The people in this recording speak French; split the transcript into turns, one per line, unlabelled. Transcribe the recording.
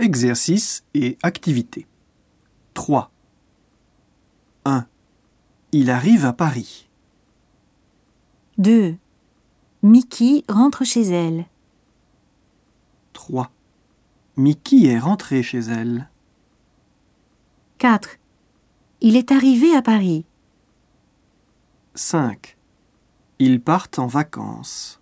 Exercice et activités. 3. 1. Il arrive à Paris.
2. Mickey rentre chez elle.
3. Mickey est rentré chez elle.
4. Il est arrivé à Paris.
5. Ils partent en vacances.